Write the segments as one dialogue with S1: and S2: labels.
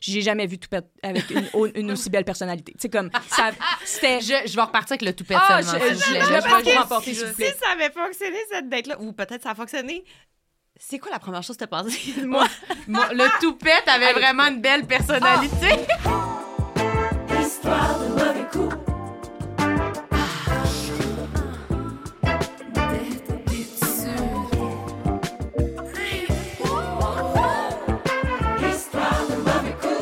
S1: J'ai jamais vu Toupette avec une, au- une aussi belle personnalité. C'est comme, ça, c'était...
S2: Je, je vais repartir avec le toupet
S1: Ah,
S2: seulement.
S1: je-
S2: s'il vous
S1: je-
S2: plaît.
S1: je- je-
S2: Là, vais
S1: je-
S2: remporter
S1: je-
S2: juste.
S1: vous
S3: si
S1: plaît.
S3: ça avait fonctionné, cette date-là, ou peut-être ça a fonctionné, c'est quoi la première chose que t'as pensé de moi?
S2: Mon- le toupette avait vraiment une belle personnalité.
S1: Ah.
S4: Histoire de mauvais coups. Tête d'étude. Histoire de mauvais coups.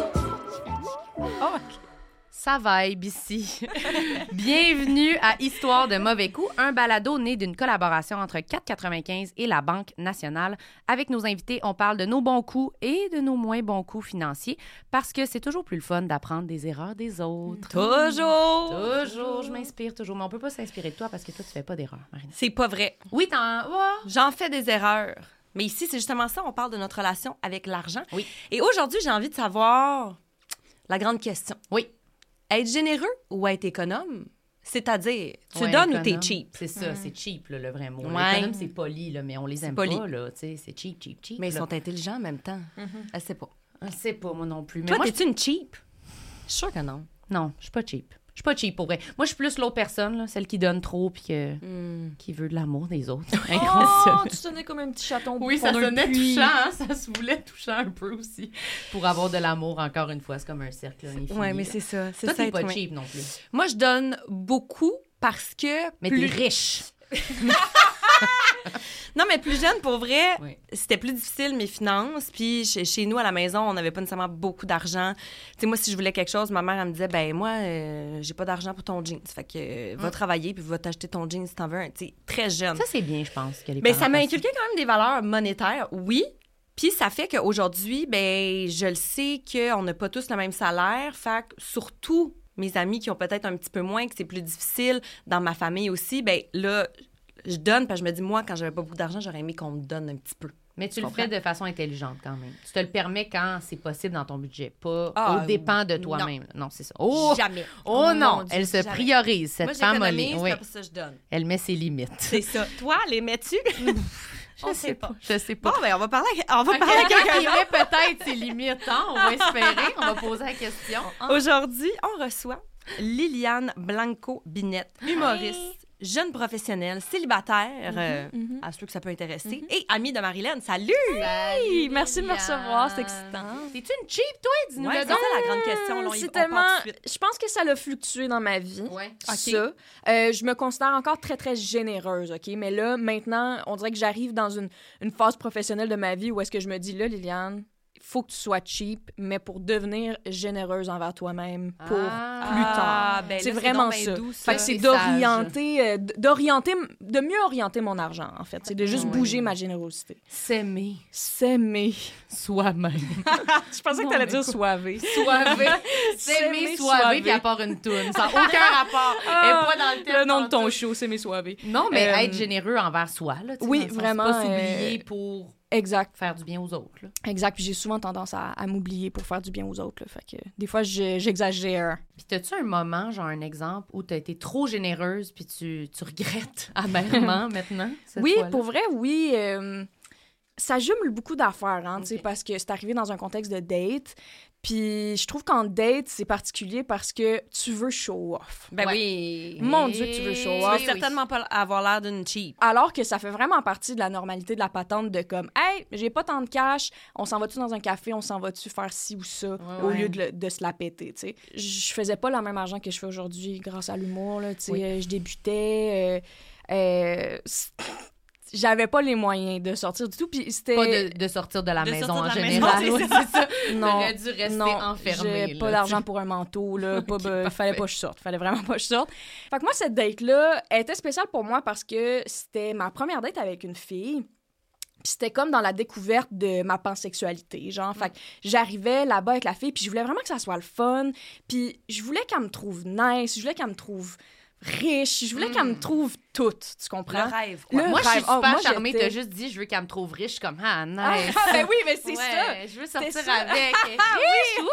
S2: Ça va, ici. Bienvenue à Histoire de mauvais coups, un balado né d'une collaboration entre 4,95 et la Banque nationale. Avec nos invités, on parle de nos bons coups et de nos moins bons coups financiers parce que c'est toujours plus le fun d'apprendre des erreurs des autres.
S3: Toujours!
S2: Toujours, je m'inspire toujours. Mais on peut pas s'inspirer de toi parce que toi, tu fais pas d'erreurs, Marina.
S3: C'est pas vrai.
S2: Oui, t'en. Oh.
S3: J'en fais des erreurs. Mais ici, c'est justement ça, on parle de notre relation avec l'argent.
S2: Oui.
S3: Et aujourd'hui, j'ai envie de savoir la grande question.
S2: Oui.
S3: Être généreux ou être économe? C'est-à-dire, tu
S2: Ouais,
S3: donnes ou t'es
S2: économe.
S3: cheap?
S2: C'est ça, c'est cheap, là, le vrai mot.
S3: Ouais.
S2: L'économe, c'est poli, là, mais on les aime
S3: poli.
S2: pas, là. tu sais, C'est cheap, cheap, cheap.
S3: Mais ils
S2: là.
S3: sont intelligents en même temps. Elle sait pas.
S2: Je sais pas, moi non plus. Mhm. Mais
S3: Toi,
S2: moi,
S3: t'es-tu une cheap? Je suis sûre que non.
S2: je- non, je suis pas cheap. Je suis pas cheap, pour vrai. Moi, je suis plus l'autre personne, là, celle qui donne trop puis que-
S3: Mm. Hmm.
S2: qui veut de l'amour des autres.
S1: Oh,
S2: Incroyable.
S1: tu sonnais comme un petit
S3: Oh,
S1: chaton.
S2: Oui,
S1: pour
S2: ça
S1: un
S2: sonnait
S1: puits.
S2: touchant, hein, ça se voulait touchant un peu aussi. Pour avoir de l'amour, encore une fois, c'est comme un cercle là, infini.
S3: Ouais, mais
S2: là.
S3: c'est ça. C'est
S2: Toi,
S3: ça
S2: t'es pas
S3: être humain.
S2: cheap non plus.
S3: Moi, je donne beaucoup parce que.
S2: Mais
S3: plus-
S2: t'es riche.
S3: Non, mais plus jeune, pour vrai,
S2: Oui.
S3: c'était plus difficile mes finances. Puis chez, chez nous, à la maison, on n'avait pas nécessairement beaucoup d'argent. Tu sais, moi, si je voulais quelque chose, ma mère, elle me disait, ben moi, euh, j'ai pas d'argent pour ton jeans. Fait que euh, va travailler puis va t'acheter ton jeans si t'en veux un. Tu sais, très jeune.
S2: Ça, c'est bien, je pense. Que les
S3: Mais
S2: parents
S3: Ben, ça m'a
S2: fassent
S3: inculqué quand même des valeurs monétaires, oui. Puis ça fait qu'aujourd'hui, ben, je le sais qu'on n'a pas tous le même salaire. Fait que surtout mes amis qui ont peut-être un petit peu moins, que c'est plus difficile, dans ma famille aussi, ben là, je donne parce que je me dis, moi, quand j'avais pas beaucoup d'argent, j'aurais aimé qu'on me donne un petit peu.
S2: Mais tu le
S3: comprends?
S2: fais de façon intelligente quand même. Tu te le permets quand c'est possible dans ton budget, pas
S3: Ah,
S2: au dépend de
S3: non.
S2: toi-même. Non, c'est ça. Oh,
S3: Jamais.
S2: oh
S3: Mon
S2: non,
S3: Dieu,
S2: elle se
S3: jamais.
S2: priorise, cette
S3: Moi,
S2: femme
S3: j'économise,
S2: olée. Oui,
S3: c'est pour ça que je donne.
S2: elle met ses limites.
S3: C'est ça. Toi, les mets-tu? On sait pas.
S2: Je sais pas.
S3: Bon, ben, on va parler à, on va
S2: Ok,
S3: parler à
S2: quelqu'un
S3: quelqu'un
S2: qui met peut-être ses limites, hein? on va espérer, on va poser la question.
S3: Hein? Aujourd'hui, on reçoit Liliane Blanco-Binette, humoriste, jeune professionnelle, célibataire, euh, à ceux que ça peut intéresser, et amie de Marilyn. Salut!
S1: Oui, merci de me recevoir, c'est excitant.
S2: T'es-tu une cheap, toi? Dis-nous
S3: Ouais,
S2: le
S3: c'est
S2: donc.
S3: ça la grande question. là, on y- on
S1: C'est
S3: part
S1: tellement...
S3: tout de suite.
S1: Je pense que ça l'a fluctué dans ma vie.
S2: Ouais.
S1: Ça. Euh, je me considère encore très, très généreuse, OK? Mais là, maintenant, on dirait que j'arrive dans une, une phase professionnelle de ma vie où est-ce que je me dis, là, Liliane, il faut que tu sois cheap, mais pour devenir généreuse envers toi-même pour
S2: Ah.
S1: plus tard.
S3: Ah, ben là,
S1: c'est vraiment
S3: donc ben
S1: ça.
S3: doux,
S1: Fait que
S2: ça.
S1: c'est
S2: C'est
S1: d'orienter, euh, d- d'orienter, m- de mieux orienter mon argent, en fait. C'est de juste
S2: Ouais.
S1: bouger ma générosité.
S2: S'aimer
S1: S'aimer.
S2: soi-même.
S1: Je pensais que t'allais dire soiver.
S2: Soiver. S'aimer
S1: S'aimer
S2: soiver,
S1: soiver. Ah,
S2: puis à part une toune. Ça n'a aucun rapport. Elle est pas dans le thème
S1: Le nom de ton
S2: pantoute.
S1: show, c'est mes soivés.
S2: Non, mais
S1: Euh,
S2: être généreux envers soi, là. tu sais,
S1: oui,
S2: dans le sens,
S1: vraiment,
S2: Pas s'oublier
S1: euh,
S2: pour
S1: Exact.
S2: faire du bien aux autres. là.
S1: Exact, puis j'ai souvent tendance à, à m'oublier pour faire du bien aux autres. là. Fait que des fois, je- j'exagère.
S2: Puis, t'as-tu un moment, genre un exemple, où t'as été trop généreuse, puis tu, tu regrettes amèrement maintenant? cette
S1: Oui,
S2: fois-là?
S1: pour vrai, oui. euh, ça jumble beaucoup d'affaires, hein, tu sais, parce que c'est arrivé dans un contexte de date. Puis je trouve qu'en date, c'est particulier parce que tu veux show off.
S3: Ben
S2: Ouais.
S3: oui.
S1: Mm. Mon Dieu, que tu veux show
S3: Tu
S2: Eh
S3: veux
S1: off.
S2: oui.
S3: certainement pas avoir l'air d'une cheap.
S1: Alors que ça fait vraiment partie de la normalité de la patente de comme, hey, j'ai pas tant de cash, on s'en va-tu dans un café, on s'en va-tu faire ci ou ça, au
S2: ouais.
S1: lieu de, le- de se la péter, tu sais. Je faisais pas le même argent que je fais aujourd'hui grâce à l'humour, là, tu sais.
S2: Oui.
S1: Euh, Je débutais, euh, euh, c- j'avais pas les moyens de sortir du tout, puis c'était.
S2: Pas de, de sortir de la
S3: De
S2: maison
S3: sortir de
S2: en
S3: la maison,
S2: général.
S3: c'est
S2: ouais, c'est ça.
S1: Non.
S2: T'aurais dû rester
S1: non,
S2: enfermé.
S1: j'ai pas d'argent pour un manteau, là. pas,
S2: Ok,
S1: ben,
S2: parfait.
S1: fallait pas que je sorte. Fallait vraiment pas que je sorte. Fait que moi, cette date-là, elle était spéciale pour moi parce que c'était ma première date avec une fille. Puis c'était comme dans la découverte de ma pansexualité, genre. Fait que
S2: Mm.
S1: j'arrivais là-bas avec la fille, puis je voulais vraiment que ça soit le fun. Puis je voulais qu'elle me trouve nice, je voulais qu'elle me trouve riche, je voulais
S2: Mm.
S1: qu'elle me trouve toute, tu comprends?
S3: Le rêve,
S1: quoi.
S2: Moi, je suis
S1: Rêve. Oh,
S2: super
S1: moi,
S2: charmée.
S1: j'étais-
S2: T'as juste dit, je veux qu'elle me trouve riche comme Ah,
S1: Ah,
S2: nice.
S1: ben oui, mais c'est
S2: Ouais,
S1: ça!
S2: Je veux sortir
S1: ça. Ah
S2: avec. riche, wouhou!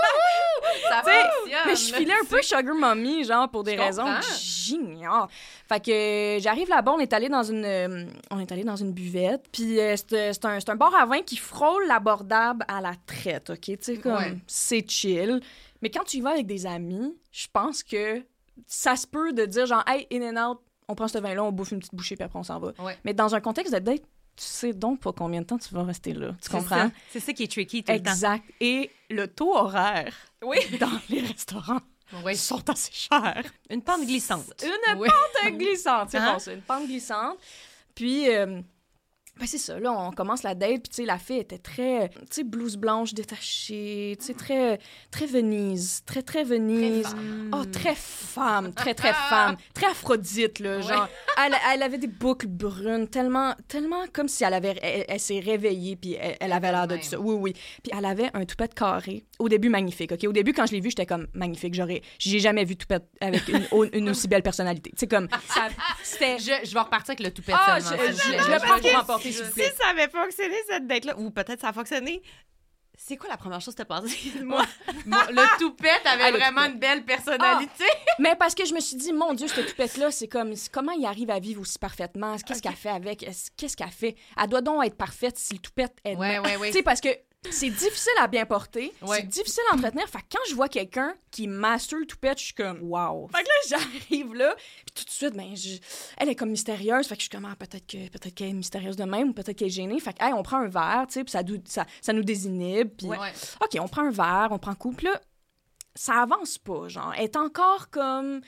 S2: Ça
S1: T'sais,
S2: fonctionne.
S1: Mais je filais un peu sugar mommy, genre, pour des
S2: Ah, Je
S1: raisons
S2: comprends.
S1: que j'ignore. Fait que euh, j'arrive là-bas, on est allé dans une euh, on est allé dans une buvette, puis euh, c'est euh, c'est un, c'est un bar à vin qui frôle l'abordable à la traite, OK, tu sais comme
S2: Ouais.
S1: c'est chill. Mais quand tu y vas avec des amis, je pense que ça se peut de dire genre hey in and out, on prend ce vin là, on bouffe une petite bouchée puis après on s'en va.
S2: Ouais.
S1: Mais dans un contexte de date, tu sais donc pas combien de temps tu vas rester là, tu comprends
S3: C'est ça qui est tricky tout le temps.
S1: Exact. Et le taux horaire dans les restaurants
S2: Ouais.
S1: sont assez chers.
S3: Une pente glissante.
S1: Une
S2: Ouais.
S1: pente glissante, c'est
S3: Hein?
S1: bon, c'est une pente glissante. Puis, euh, ben c'est ça, là, on commence la date, puis tu sais, la fille était très, tu sais, blouse blanche détachée, tu sais, très, très Venise, très, très Venise. Oh, très femme, très, très femme, très aphrodite, là, genre. Elle, elle avait des boucles brunes, tellement, tellement comme si elle avait, elle, elle s'est réveillée, puis elle, elle avait l'air de
S2: Même.
S1: ça. Oui, oui. Puis elle avait un toupette carré. Au début, magnifique, OK? Au début, quand je l'ai vue, j'étais comme, magnifique, j'aurais... J'ai jamais vu toupette avec une, au- une aussi belle personnalité. C'est comme, ça- c'était...
S2: Je, je vais repartir avec le tout pétant.
S1: Ah, je, je- je le prends pour emporter, s'il vous
S3: Si
S1: plaît.
S3: ça avait fonctionné, cette date-là, ou peut-être ça a fonctionné, c'est quoi la première chose que t'as pensé? Moi,
S2: le toupette avait
S1: Ah, le
S2: vraiment
S1: toupette.
S2: une belle personnalité.
S1: Mais parce que je me suis dit, mon Dieu, cette toupette-là, c'est comme, c'est- comment il arrive à vivre aussi parfaitement? Qu'est-ce qu'elle fait avec? Est-ce- Qu'est-ce qu'elle fait? Elle doit donc être parfaite si le toupette est de
S2: Ouais, ouais, ouais.
S1: Ah. Tu sais, parce que c'est difficile à bien porter,
S2: Ouais.
S1: c'est difficile à entretenir. Fait que quand je vois quelqu'un qui master le toupette, je suis comme, wow. Fait que là, j'arrive là, puis tout de suite, ben, je- elle est comme mystérieuse. Fait que je suis comme, ah, peut-être que- peut-être qu'elle est mystérieuse de même, ou peut-être qu'elle est gênée. Fait que, hey, on prend un verre, tu sais, puis ça, dou- ça, ça nous désinhibe. Puis,
S2: Ouais.
S1: OK, on prend un verre, on prend couple, là, ça avance pas, genre. Elle est encore comme.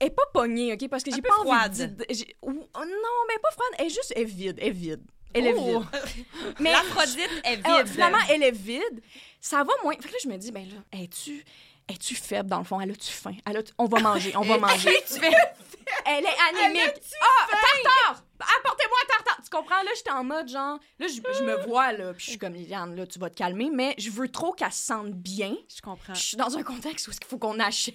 S1: Elle est pas pognée, OK? Parce que
S3: Un
S1: j'ai
S3: peu
S1: pas envie
S3: froide.
S1: de dire- j'ai- ou- oh Non, mais pas froide. Elle est juste. Elle est vide. Elle est vide. Elle
S3: Oh!
S1: est vide. Mais
S3: L'aphrodite est vide.
S1: elle- Ah, finalement, elle est vide. Ça va moins. Fait que là, je me dis, ben là, es-tu. Es-tu faible dans le fond? Elle a-tu faim? Elle a-tu- On va manger, on va manger. Elle est anémique. Ah, tartare! Apportez-moi un tartare! Tu comprends? Là, j'étais en mode genre. Là, je, je me vois, là, puis je suis comme Liliane, là, tu vas te calmer, mais je veux trop qu'elle se sente bien.
S3: Je comprends.
S1: Je suis dans un contexte où il faut qu'on achète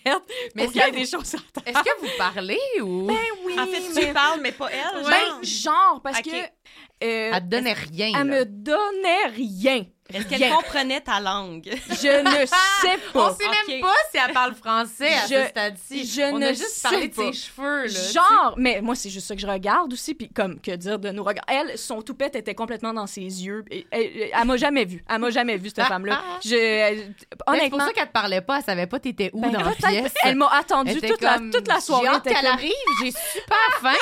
S2: Mais
S1: pour qu'il y ait des choses à table.
S2: Est-ce que vous parlez ou.
S1: oui,
S3: En fait, tu parles, mais pas elle.
S1: ben, genre, parce
S3: Ok.
S1: que... euh,
S2: Elle te donnait rien.
S1: elle
S2: là.
S1: me donnait rien.
S3: Est-ce qu'elle
S1: Bien.
S3: comprenait ta langue?
S1: Je ne sais
S2: On
S1: pas.
S2: sait
S3: Ok.
S2: même pas si elle parle français à
S1: Je-
S2: ce stade-ci.
S1: je
S2: On a
S1: ne
S2: juste
S1: sais
S2: parlé
S1: pas.
S2: de ses cheveux. Là,
S1: Genre, mais moi, c'est juste ça que je regarde aussi, puis comme, que dire de nous regarder. Elle, son toupette était complètement dans ses yeux. et- elle elle- elle m'a jamais vu. Elle m'a jamais vu, cette femme-là. Je, elle-
S2: Mais C'est pour
S1: honnêtement,
S2: ça qu'elle te parlait pas. Elle savait pas t'étais où
S1: ben,
S2: dans la
S1: peut-être-
S2: pièce.
S1: elle m'a attendu
S2: Elle était
S1: toute, la,
S2: comme,
S1: toute la soirée.
S2: J'ai
S1: elle
S2: hâte
S1: était
S2: qu'elle
S1: comme-
S2: arrive. J'ai super faim,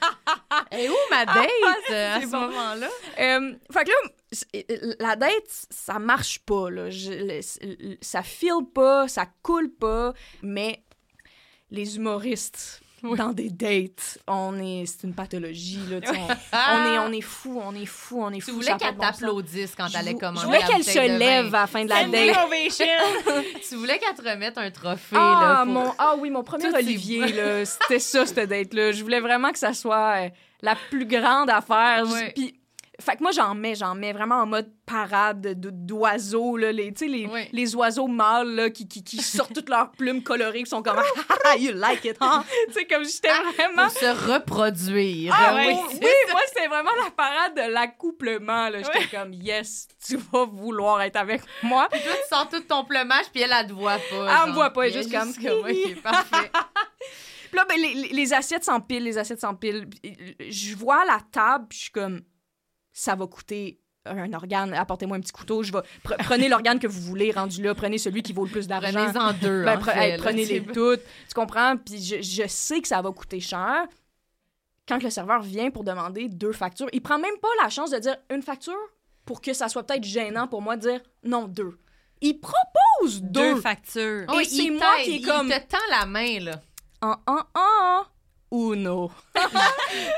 S2: là. Et où
S1: Ah,
S2: ma date euh, à ce moment-là?
S1: Euh, fait que là, c'est- euh, la date, ça marche pas. Là. Je- le- le- ça file pas, ça coule pas, mais les humoristes dans des dates, on est, c'est une pathologie. Là, tu sais, on, on est, on est fou, on est fou, on est
S2: Ah! Tu
S1: fou.
S2: voulais
S1: ça a pas
S2: qu'elle
S1: de bon sens.
S2: t'applaudisse quand
S1: Je
S2: elle allait
S1: vou-
S2: commander
S1: Je voulais
S2: la
S1: qu'elle
S2: bouteille de
S1: se lève
S2: vin.
S1: à la fin de la
S3: Standing
S1: date.
S3: ovation.
S2: Tu voulais qu'elle te remette un trophée,
S1: Ah,
S2: là. pour-
S1: mon, ah oui, mon premier
S2: Tout est
S1: Olivier, là, c'était ça, cette date-là. Je voulais vraiment que ça soit euh, la plus grande affaire. Je-
S2: Ouais.
S1: Puis, fait que moi, j'en mets, j'en mets vraiment en mode parade de- d'oiseaux, là, les, tu sais, les,
S2: Ouais.
S1: les oiseaux mâles, là, qui, qui, qui sortent toutes leurs plumes colorées, qui sont comme, Ah, ah, you like it, hein? tu sais, comme j'étais
S2: Ah,
S1: vraiment.
S2: Pour se reproduire.
S1: Ah,
S2: oui.
S1: oui, oui, moi, c'était vraiment la parade de l'accouplement, là. J'étais comme, yes, tu vas vouloir être avec moi.
S2: Toi, tu sors tout ton plumage, puis elle, elle te voit pas.
S1: Ah, Elle me
S2: genre.
S1: voit pas, elle
S2: Puis
S1: est juste comme,
S2: OK, parfait.
S1: Puis là, ben, les, les- les assiettes s'empilent, les assiettes s'empilent. Puis, euh, Je vois la table, puis je suis comme, ça va coûter un organe, apportez-moi un petit couteau, je vais... pre- prenez l'organe que vous voulez, rendu là, prenez celui qui vaut le plus d'argent.
S2: Prenez-en deux.
S1: Ben,
S2: en
S1: pre-
S2: fait,
S1: hey,
S2: là,
S1: Prenez-les
S2: tu sais.
S1: toutes, tu comprends? Puis je, je sais que ça va coûter cher. Quand le serveur vient pour demander deux factures, il prend même pas la chance de dire une facture pour que ça soit peut-être gênant pour moi de dire non, deux. Il propose deux.
S3: Deux factures.
S2: Oh,
S1: Et
S2: il
S1: c'est moi
S2: t'aide,
S1: qui est comme-
S2: Il te tend la main, là.
S1: En, en, en, uno.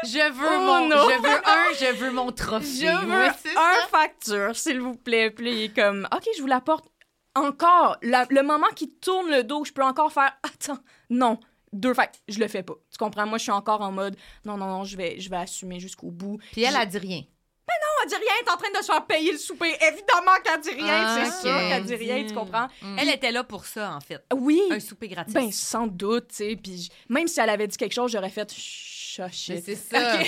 S2: Je veux
S1: Oh,
S2: mon...
S1: non.
S2: Je veux un, je veux mon trophée.
S1: Je
S2: Oui,
S1: veux
S2: c'est
S1: un
S2: ça.
S1: facture, s'il vous plaît. Puis là, il est comme, OK, je vous l'apporte. Encore, la- le moment qu'il tourne le dos, je peux encore faire, attends, non, deux factures, je le fais pas. Tu comprends? Moi, je suis encore en mode, non, non, non, je vais, je vais assumer jusqu'au bout.
S2: Puis elle,
S1: Je-
S2: elle dit rien.
S1: elle dit rien, elle est en train de se faire payer le souper. Évidemment qu'elle dit rien,
S2: Ah,
S1: c'est
S2: ok.
S1: sûr qu'elle dit rien, tu comprends?
S3: Elle était là pour ça, en fait.
S1: Oui.
S3: Un souper gratuit.
S1: Ben, sans doute, tu sais. Puis je- même si elle avait dit quelque chose, j'aurais fait. Chut.
S2: Mais
S1: Shit.
S2: c'est ça.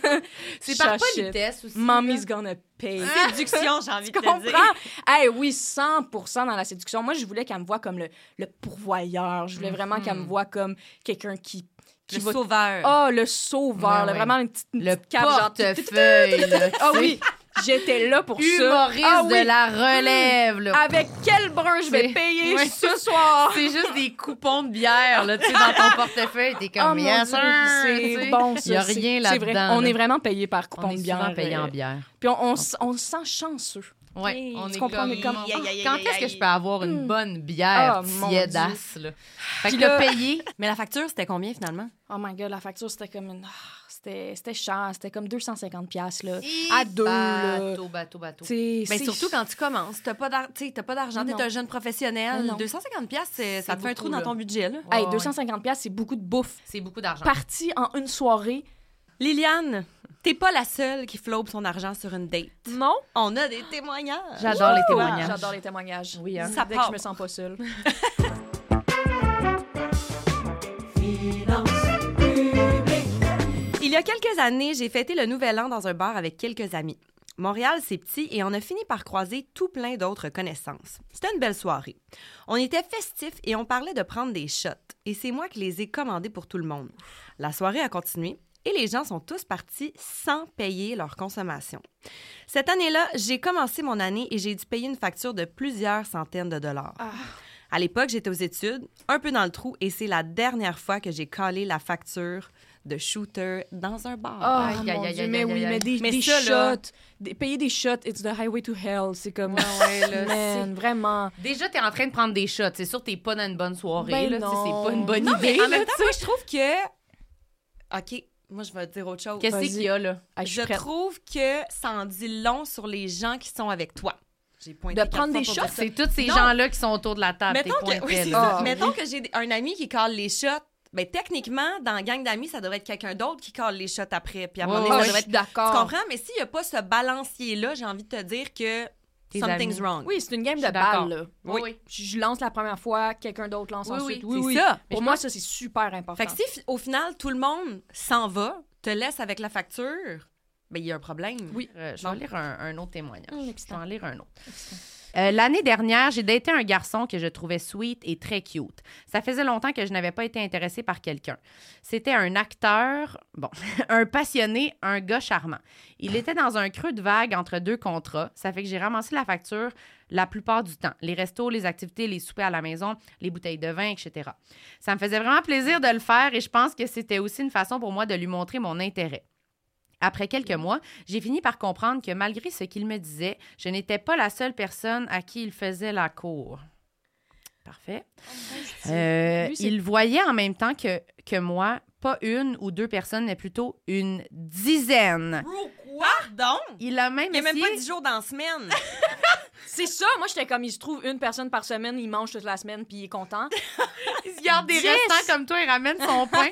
S2: c'est par
S1: Shut shit.
S2: politesse Ah, aussi.
S1: Mommy's gonna pay.
S3: Séduction, j'ai
S1: Tu
S3: envie de te dire.
S1: comprends? Hey, oui, 100 dans la séduction. Moi, je voulais qu'elle me voie comme le, le pourvoyeur. Je voulais vraiment qu'elle me voie comme quelqu'un qui, qui
S3: Le
S1: va...
S3: sauveur.
S1: Ah, le sauveur. là,
S2: Ouais, ouais.
S1: Vraiment une petite, une
S2: Le
S1: petite cape, genre,
S2: portefeuille. là,
S1: Ah
S2: tu sais.
S1: oui, j'étais là pour ça.
S2: Humoriste
S1: Ah oui,
S2: de la relève. là.
S1: Avec quel brun je vais
S2: C'est-
S1: payer
S2: Ouais.
S1: ce soir?
S2: C'est juste des coupons de bière là, tu sais, dans ton portefeuille. T'es
S1: Oh
S2: comme,
S1: mon
S2: yes,
S1: Dieu,
S2: sir, tu sais.
S1: c'est bon ça.
S2: Il y a
S1: c'est-
S2: rien
S1: c'est vrai.
S2: là-dedans,
S1: On
S2: là.
S1: est vraiment payé par
S2: On
S1: coupon
S2: est
S1: de
S2: souvent
S1: bière.
S2: payé en
S1: euh,
S2: bière.
S1: Puis on, on, s- on se sent chanceux.
S2: Ouais, on
S1: tu
S2: est comme...
S1: comprends, on est comme,
S2: Ah,
S3: aïe, aïe, aïe,
S2: Quand
S3: aïe,
S2: est-ce que
S3: aïe.
S2: je peux avoir une bonne bière
S1: Ah, Hmm. mon
S2: tiédasse, là? Fait que
S1: Puis
S2: le
S1: là-
S2: payer,
S3: Mais la facture, c'était combien finalement?
S1: Oh my god, la facture, c'était comme une. ah, c'était c'était cher, c'était comme 250$, piastres, là.
S2: à
S1: À
S2: deux.
S1: deux,
S2: Bateau, bateau, bateau.
S1: Mais
S3: Mais Ben, surtout quand tu commences, t'as pas d'ar- t'sais, t'as pas d'argent, t'es
S1: Non. Ben,
S3: un jeune professionnel.
S1: Non.
S3: 250 pièces, ça te fait
S2: beaucoup,
S3: un trou
S2: là.
S3: dans ton budget. là.
S1: Hey,
S2: Ouais,
S1: 250$, piastres, c'est beaucoup de bouffe.
S2: C'est beaucoup d'argent.
S1: Parti en une soirée.
S3: Liliane, t'es pas la seule qui flobe son argent sur une date.
S1: Non.
S3: On a des témoignages.
S2: J'adore les témoignages.
S1: J'adore les témoignages.
S2: Oui, hein.
S1: Ça
S3: Ça
S1: Dès que
S3: part.
S1: je me sens pas seule.
S4: Finance publique.
S3: Il y a quelques années, j'ai fêté le nouvel an dans un bar avec quelques amis. Montréal, c'est petit et on a fini par croiser tout plein d'autres connaissances. C'était une belle soirée. On était festifs et on parlait de prendre des shots. Et c'est moi qui les ai commandés pour tout le monde. La soirée a continué et les gens sont tous partis sans payer leur consommation. Cette année-là, j'ai commencé mon année et j'ai dû payer une facture de plusieurs centaines de dollars. À l'époque, j'étais aux études, un peu dans le trou, et c'est la dernière fois que j'ai collé la facture de shooter dans un
S1: Oh,
S3: bar.
S2: aïe, aïe,
S1: mon
S2: aïe,
S1: Dieu,
S2: aïe,
S1: mais
S2: aïe,
S1: oui,
S2: aïe.
S1: mais des,
S3: Mais
S1: des
S3: ça, là-
S1: shots. des- payer des shots, it's the highway to hell. C'est comme.
S2: Ouais, ouais, là,
S1: Man, vraiment.
S2: Déjà, t'es en train de prendre des shots. C'est sûr, t'es pas dans une bonne soirée.
S1: Ben
S2: là, tu sais,
S1: non.
S2: C'est pas une bonne
S1: Non,
S2: idée.
S3: En
S2: là,
S3: même temps,
S2: tu sais.
S3: moi, je trouve que... OK, moi, je vais te dire autre chose.
S2: Qu'est-ce
S1: Vas-y.
S2: qu'il y a, là?
S1: Ah, je suis
S3: Je
S1: prête.
S3: trouve que ça en dit long sur les gens qui sont avec toi. J'ai pointé
S1: De
S3: quatre
S1: prendre
S3: fois
S1: des
S3: pour
S1: shots,
S3: dire ça.
S2: C'est tous ces
S3: Non.
S2: gens-là qui sont autour de la table.
S3: Mettons
S2: T'es
S3: que, oui,
S2: pointé,
S3: c'est
S2: là.
S1: Ah,
S3: ça.
S1: oui.
S3: Mettons que j'ai un ami qui colle les shots. Ben, techniquement, dans la gang d'amis, ça devrait être quelqu'un d'autre qui colle les shots après. Puis à un moment
S2: Ouais,
S3: donné,
S1: Ah,
S3: ça
S2: ouais,
S1: je
S3: devrait être...
S1: suis
S3: Tu
S1: d'accord.
S3: comprends? Mais s'il n'y a pas ce balancier-là, j'ai envie de te dire que
S2: Tes
S3: something's
S2: amis.
S3: wrong.
S1: Oui, c'est une game
S2: Je suis
S1: de balle, là.
S2: Oui, oui.
S1: Je- Je lance la première fois, quelqu'un d'autre lance
S2: Oui, oui.
S1: ensuite.
S3: C'est ça.
S1: Pour moi, ça, c'est super important.
S3: Fait que si fi- au final, tout le monde s'en va, te laisse avec la facture, ben, il y a un problème.
S1: Oui.
S2: Euh, je vais en lire un, un autre témoignage.
S1: Hum,
S2: je vais
S1: excitant.
S2: en lire un autre. Euh, L'année dernière, j'ai daté un garçon que je trouvais sweet et très cute. Ça faisait longtemps que je n'avais pas été intéressée par quelqu'un. C'était un acteur, bon, un passionné, un gars charmant. Il était dans un creux de vague entre deux contrats. Ça fait que j'ai ramassé la facture la plupart du temps. Les restos, les activités, les soupers à la maison, les bouteilles de vin, etc. Ça me faisait vraiment plaisir de le faire et je pense que c'était aussi une façon pour moi de lui montrer mon intérêt. Après quelques mois, j'ai fini par comprendre que malgré ce qu'il me disait, je n'étais pas la seule personne à qui il faisait la cour. Parfait. Euh,
S1: Lui, c'est-
S2: il voyait en même temps que, que moi, pas une ou deux personnes, mais plutôt une dizaine.
S3: Pourquoi donc?
S2: Il a même
S3: Il n'y a même
S2: essayé...
S3: pas 10 jours dans la semaine.
S1: C'est ça, moi j'étais comme il se trouve une personne par semaine, il mange toute la semaine puis il est content.
S2: Il garde des
S1: Dix!
S2: restants comme toi, il ramène son pain.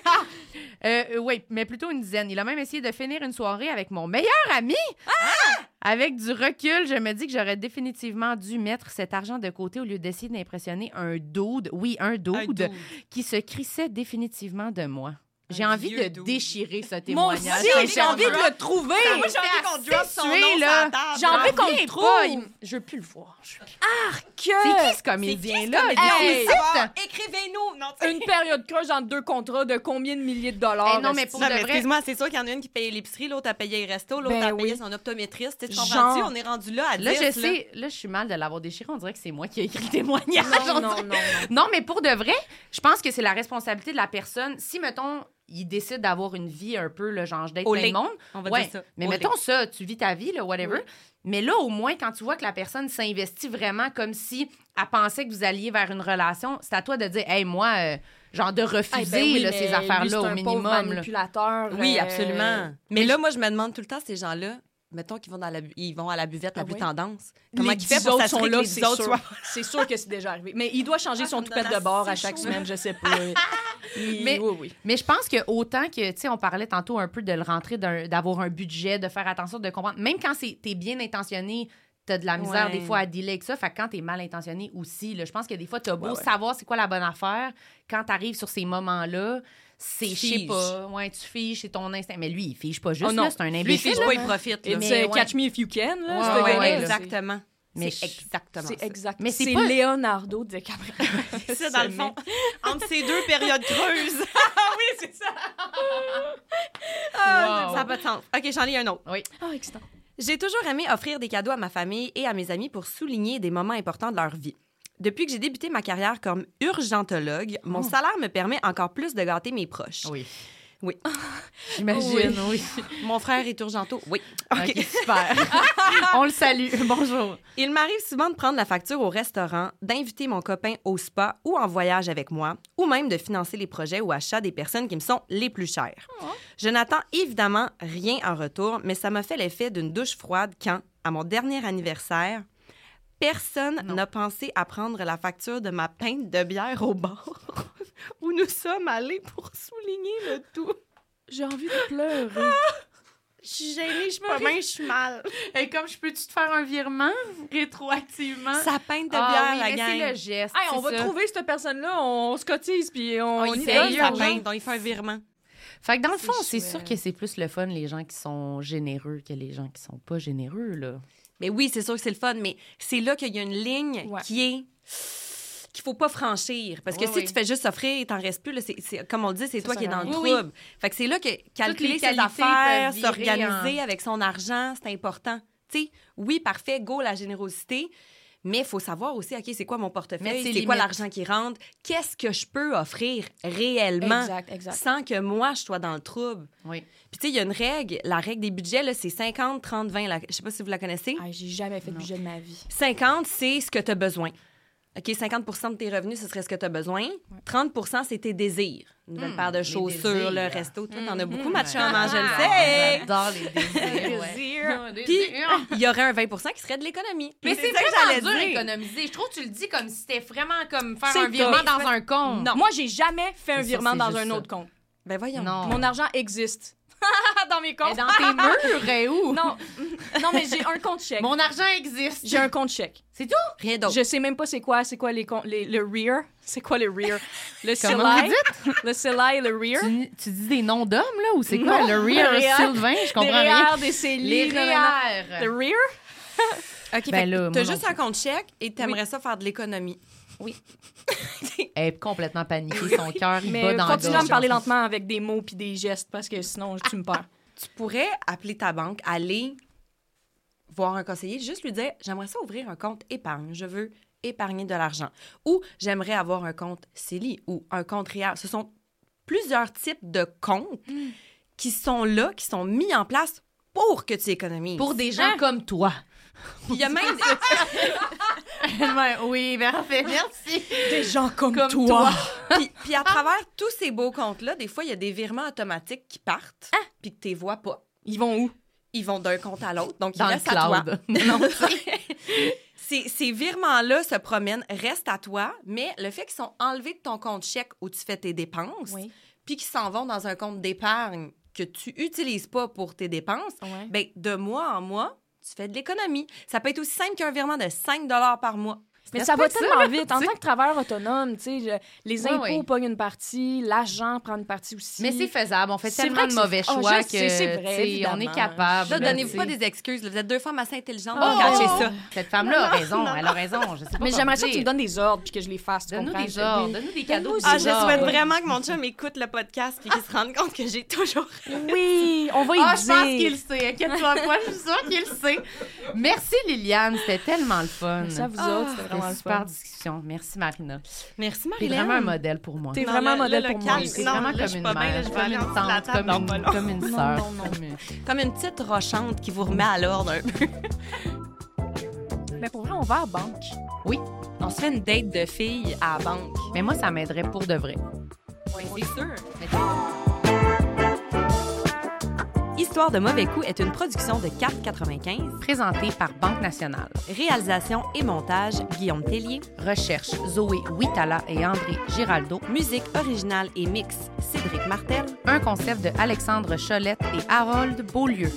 S2: Euh, euh, oui, mais plutôt une dizaine. Il a même essayé de finir une soirée avec mon meilleur ami.
S1: Ah!
S2: Avec du recul, je me dis que j'aurais définitivement dû mettre cet argent de côté au lieu d'essayer d'impressionner un dude, oui, un dude,
S3: Un dude.
S2: qui se crissait définitivement de moi. J'ai
S3: Un
S2: envie de
S3: vieux dude.
S2: déchirer ce
S1: Moi
S2: témoignage.
S1: aussi,
S2: Hey,
S1: j'ai envie de
S2: hein.
S1: le trouver.
S3: Moi, j'ai envie qu'on drop son nom sur la table.
S1: J'ai envie qu'on
S2: reviens
S1: le
S2: pas,
S1: trouve.
S2: il- Je veux plus le voir. Je veux plus- C'est qui
S1: Que
S2: ce comédien-là?
S3: C'est qui ce
S2: Il
S1: comédien?
S2: est
S1: Hey!
S2: ici.
S3: Écrivez-nous. Non,
S1: une période creuse entre deux contrats de combien de milliers de dollars Ben,
S2: Hey, Eh non, mais
S1: est-ce
S2: pour
S3: Non,
S2: de
S3: mais
S2: vrai-
S3: excuse-moi, c'est sûr qu'il y en a une qui payait l'épicerie, l'autre a payé le resto, l'autre
S1: Ben
S3: a payé
S1: oui.
S3: son optométriste. Tu sais, tu
S1: Genre.
S3: comprends-tu? On est rendu là à
S2: Là,
S3: 10,
S2: je sais, là, je suis mal de l'avoir déchiré. On dirait que c'est moi qui ai écrit le témoignage.
S1: que- Non,
S2: on
S1: non,
S2: dirait.
S1: non, non.
S2: Non, mais pour de vrai, je pense que c'est la responsabilité de la personne. Si, mettons, il décide d'avoir une vie un peu, le genre, je date
S3: Au
S2: plein de
S3: lait.
S2: monde.
S3: On va
S2: Ouais,
S3: dire ça.
S2: Mais
S3: Au
S2: mettons
S3: lait.
S2: ça, tu vis ta vie, là, whatever. Mais là, au moins, quand tu vois que la personne s'investit vraiment comme si elle pensait que vous alliez vers une relation, c'est à toi de dire, hey, moi, euh, genre, de refuser
S1: Eh ben oui,
S2: là,
S1: mais
S2: ces
S1: lui, c'est
S2: affaires-là au
S1: un pauvre
S2: minimum. là.
S1: manipulateur.
S3: Oui,
S1: euh,
S3: absolument. Mais là, moi, je me demande tout le temps, ces gens-là, mettons qu'ils vont, dans la bu- ils vont à la buvette la
S1: Ah
S3: plus
S1: oui.
S3: tendance. Comment
S1: les
S3: ils
S1: dix
S3: font pour
S1: autres sont
S3: s'assurer que
S1: là,
S3: les
S1: c'est
S3: dix autres
S1: sûr.
S3: soient...
S1: C'est sûr que c'est déjà arrivé. Mais il doit changer
S3: Ah,
S1: son
S3: ça me
S1: toupette
S3: donne
S1: de bord à
S3: assez
S1: chaque
S3: chaud.
S1: semaine, je sais pas. Il-
S2: Mais-
S1: oui, oui.
S2: Mais je pense que autant que, tu sais, on parlait tantôt un peu de le rentrer, d'un- d'avoir un budget, de faire attention, de comprendre. Même quand c'est- t'es bien intentionné, t'as de la misère
S3: Ouais.
S2: des fois à dealer avec ça. Fait que quand t'es mal intentionné aussi, là, je pense que des fois, t'as beau
S1: Ouais, ouais.
S2: savoir c'est quoi la bonne affaire, quand t'arrives sur ces moments-là, c'est,
S3: Tu
S2: je sais
S3: figes.
S2: pas, ouais, tu figes, c'est ton instinct. Mais lui, il fige pas juste,
S3: Oh non.
S2: là, c'est un
S3: Lui, il
S2: imbécile.
S3: fige
S2: là.
S3: pas, il profite.
S1: Et
S3: là.
S1: tu
S2: Mais
S1: sais,
S2: ouais.
S1: euh, Catch Me If You Can, là,
S2: Ouais,
S1: ce
S2: ouais,
S1: gars-là, là,
S3: exactement.
S2: Mais
S3: C'est exactement
S1: C'est
S3: ça.
S1: exactement.
S2: Mais
S1: Mais
S2: c'est
S1: c'est
S2: pas-
S1: Leonardo DiCaprio.
S3: ça, dans le fond. Entre ces deux périodes creuses.
S1: Ah oui, c'est ça.
S2: Wow.
S3: Ah, Ça n'a pas de sens. OK, j'en lis un autre.
S1: Oh, excitant.
S3: J'ai toujours aimé offrir des cadeaux à ma famille et à mes amis pour souligner des moments importants de leur vie. Depuis que j'ai débuté ma carrière comme urgentologue, mon salaire me permet encore plus de gâter mes proches.
S2: Oui.
S3: Oui.
S2: J'imagine, oui.
S3: Mon frère est urgento. Oui. OK.
S2: OK, super. On le salue. Bonjour.
S3: Il m'arrive souvent de prendre la facture au restaurant, d'inviter mon copain au spa ou en voyage avec moi, ou même de financer les projets ou achats des personnes qui me sont les plus chères. Je n'attends évidemment rien en retour, mais ça m'a fait l'effet d'une douche froide quand, à mon dernier anniversaire, personne
S2: Non.
S3: n'a pensé à prendre la facture de ma pinte de bière au bar où nous sommes allés pour souligner le tout.
S1: J'ai envie de pleurer.
S3: Je suis gênée, je suis pas bien, je suis mal.
S2: Et comme je peux-tu te faire un virement rétroactivement?
S3: Sa peinte de bière,
S2: Ah oui,
S3: la
S2: mais
S3: gang.
S2: c'est le geste.
S1: Hey, on
S2: c'est
S1: va
S2: ça.
S1: trouver cette personne-là, on se cotise, puis on,
S2: Ah, il
S1: y
S2: fait
S1: donne
S2: eu
S1: l'argent.
S2: un
S3: peinte, on y fait un virement.
S2: Fait que dans le
S1: C'est
S2: fond, c'est sûr
S1: chouette.
S2: que c'est plus le fun, les gens qui sont généreux, que les gens qui sont pas généreux, là.
S3: Mais oui, c'est sûr que c'est le fun, mais c'est là qu'il y a une ligne
S1: Ouais.
S3: qui est qu'il faut pas franchir parce que
S2: Oui,
S3: si
S2: oui.
S3: tu fais juste offrir, t'en restes plus là, c'est- c'est- comme on le dit, c'est toi
S1: ça
S3: qui es dans
S1: sert
S3: le
S1: à
S2: rien. Oui,
S3: trouble. Fait que c'est là que calculer
S2: les
S3: ses
S2: qualités
S3: affaires,
S2: peuvent virer
S3: s'organiser avec son argent, c'est important. Tu sais, oui, parfait, go la générosité, mais il faut savoir aussi OK, c'est quoi mon
S2: Mettre
S3: portefeuille,
S2: ses
S3: c'est quoi
S2: limites.
S3: l'argent qui rentre, qu'est-ce que je peux offrir réellement
S1: Exact, exact.
S3: sans que moi je sois dans le trouble.
S2: Oui.
S3: Puis tu sais, il y a une règle, la règle des budgets là, c'est 50 30 20, là. je sais pas si vous la connaissez.
S1: Ah, j'ai jamais fait de
S2: Non.
S1: budget de ma vie.
S3: 50, c'est ce que tu as besoin. OK, 50 de tes revenus, ce serait ce que tu as besoin. 30 c'est tes désirs. Une nouvelle
S2: Hmm,
S3: paire de
S2: les
S3: chaussures,
S2: désirs.
S3: le resto, tout. T'en as beaucoup,
S1: Mhm.
S3: Mathieu, à manger,
S2: Ah,
S3: je le sais.
S2: J'adore les désirs. ouais.
S1: Désir.
S2: Des
S3: Puis,
S2: désirs.
S3: il y aurait un 20 qui serait de l'économie.
S2: Mais c'est
S3: ça que
S2: vraiment
S3: j'allais
S2: dur
S3: dire.
S2: d'économiser. Je trouve que tu le dis comme si c'était vraiment comme faire
S1: C'est
S2: un
S1: tough.
S2: virement dans un compte.
S1: Non. Moi, j'ai jamais fait un
S2: C'est ça,
S1: virement
S2: c'est
S1: dans
S2: juste
S1: un
S2: ça.
S1: autre compte.
S3: Ben voyons.
S2: Non.
S1: Mon argent existe. dans mes
S2: Mais
S1: comptes.
S2: dans tes murs, et où?
S1: Non, non, mais j'ai un compte chèque.
S2: Mon argent existe.
S1: J'ai un compte chèque.
S3: Rien d'autre.
S1: Je sais même pas c'est quoi, c'est quoi les, comptes- les- le rear, c'est quoi le rear, le
S2: Comment
S1: CELI, le CELI, le rear,
S2: Tu, tu dis des noms d'hommes, là, ou c'est
S1: Non,
S2: quoi? Le rear
S1: le réel.
S2: Sylvain, je
S1: des
S2: comprends rien.
S1: REER, des CELI,
S2: Les
S1: nanana.
S2: REER.
S1: le rear.
S3: OK,
S2: Ben
S3: fait
S2: là,
S3: que
S2: moi
S3: t'as
S2: non
S3: juste un compte chèque et t'aimerais ça faire de l'économie.
S2: Elle est complètement paniquée, son cœur, il bat
S1: Mais
S2: dans
S1: continue
S2: le
S1: à me parler lentement avec des mots puis des gestes parce que sinon tu me perds.
S3: Tu pourrais appeler ta banque, aller voir un conseiller, juste lui dire J'aimerais ça ouvrir un compte épargne, je veux épargner de l'argent. Ou j'aimerais avoir un compte CELI ou un compte REER. Ce sont plusieurs types de comptes
S2: Hmm.
S3: qui sont là, qui sont mis en place pour que tu économises.
S2: Pour des
S1: Hein?
S2: gens comme toi.
S3: Puis Il y a même des-
S2: oui, parfait, merci.
S1: Des gens comme,
S2: Comme
S1: toi.
S2: toi.
S3: puis, puis à travers tous ces beaux comptes-là, des fois, il y a des virements automatiques qui partent,
S2: Ah.
S3: puis que tu les vois pas.
S1: ils vont où
S3: Ils vont d'un compte à l'autre, donc ils
S2: Dans le
S3: restent à toi.
S2: cloud. Non,
S3: Ces, ces virements-là se promènent, restent à toi, mais le fait qu'ils sont enlevés de ton compte chèque où tu fais tes dépenses,
S1: Oui.
S3: puis qu'ils s'en vont dans un compte d'épargne que tu utilises pas pour tes dépenses,
S1: Ouais.
S3: ben de mois en mois, tu fais de l'économie. Ça peut être aussi simple qu'un virement de 5 par mois.
S1: Mais
S2: C'est
S1: ça va
S2: pas ça,
S1: tellement vite. En tant que travailleur autonome, tu sais, je- les
S2: Ouais,
S1: impôts
S2: ouais.
S1: pognent une partie, l'argent prend une partie aussi.
S2: Mais c'est faisable. On fait
S1: C'est
S2: tellement
S1: vrai
S2: de
S1: que c'est-
S2: mauvais
S1: Ah, je
S2: choix que
S1: sais, c'est vrai,
S2: tu sais, on est
S1: évidemment.
S2: capable.
S3: Là,
S2: là,
S3: donnez-vous
S2: tu
S3: pas
S2: Ah, sais.
S3: des excuses. là. Vous êtes deux femmes assez intelligentes
S2: Oh!
S3: pour cacher ça.
S2: Cette femme-là a raison. Elle a raison. Je sais pas
S1: Mais
S2: quoi
S1: j'aimerais
S2: vous
S1: ça que tu me
S2: dire.
S1: donnes des ordres puis que je les fasse. tu
S2: Donne-nous
S1: comprends?
S2: des ordres. Donne-nous des cadeaux.
S1: Donne-nous
S3: Ah,
S2: des
S3: je
S1: Genre.
S2: ordres.
S3: souhaite vraiment que mon chum écoute le podcast et qu'il se rende compte que j'ai toujours
S1: Oui, on va y
S2: Ah, je
S1: dire.
S2: pense qu'il le sait. Inquiète-toi pas, je suis sûre qu'il le sait. Merci, Liliane. C'était tellement le fun.
S1: Merci à vous
S3: Ah,
S1: autres, c'était
S2: C'était
S1: vraiment le
S2: super
S1: fun.
S2: discussion. Merci, Marina.
S3: Merci,
S2: T'es vraiment un modèle pour moi.
S1: T'es
S3: Non,
S1: vraiment
S3: là-
S1: modèle
S3: là, le
S1: pour moi.
S3: calme.
S2: C'est
S1: aussi.
S3: Non,
S2: vraiment
S3: là, je
S2: comme
S3: suis
S2: une
S3: pas bien, là,
S2: mère,
S3: je vais
S2: comme
S3: aller en
S2: une
S3: dessous de la
S2: tante,
S3: table
S2: comme
S3: dans pas
S2: une,
S3: long.
S2: comme une
S1: Non,
S2: sœur.
S1: non, non.
S2: comme une-
S3: Comme une petite rochante qui vous remet à l'ordre un peu.
S1: Mais pour vrai, on va à banque.
S3: On se fait une date de filles à la banque.
S2: Mais moi, ça m'aiderait pour de vrai.
S3: c'est sûr. Histoire de mauvais coup est une production de 4,95.
S2: Présenté par Banque Nationale.
S3: Réalisation et montage, Guillaume Tellier.
S2: Recherche Zoé Huitala et André Giraldo.
S3: Musique originale et mix, Cédric Martel.
S2: Un concept de Alexandre Cholette et Harold Beaulieu.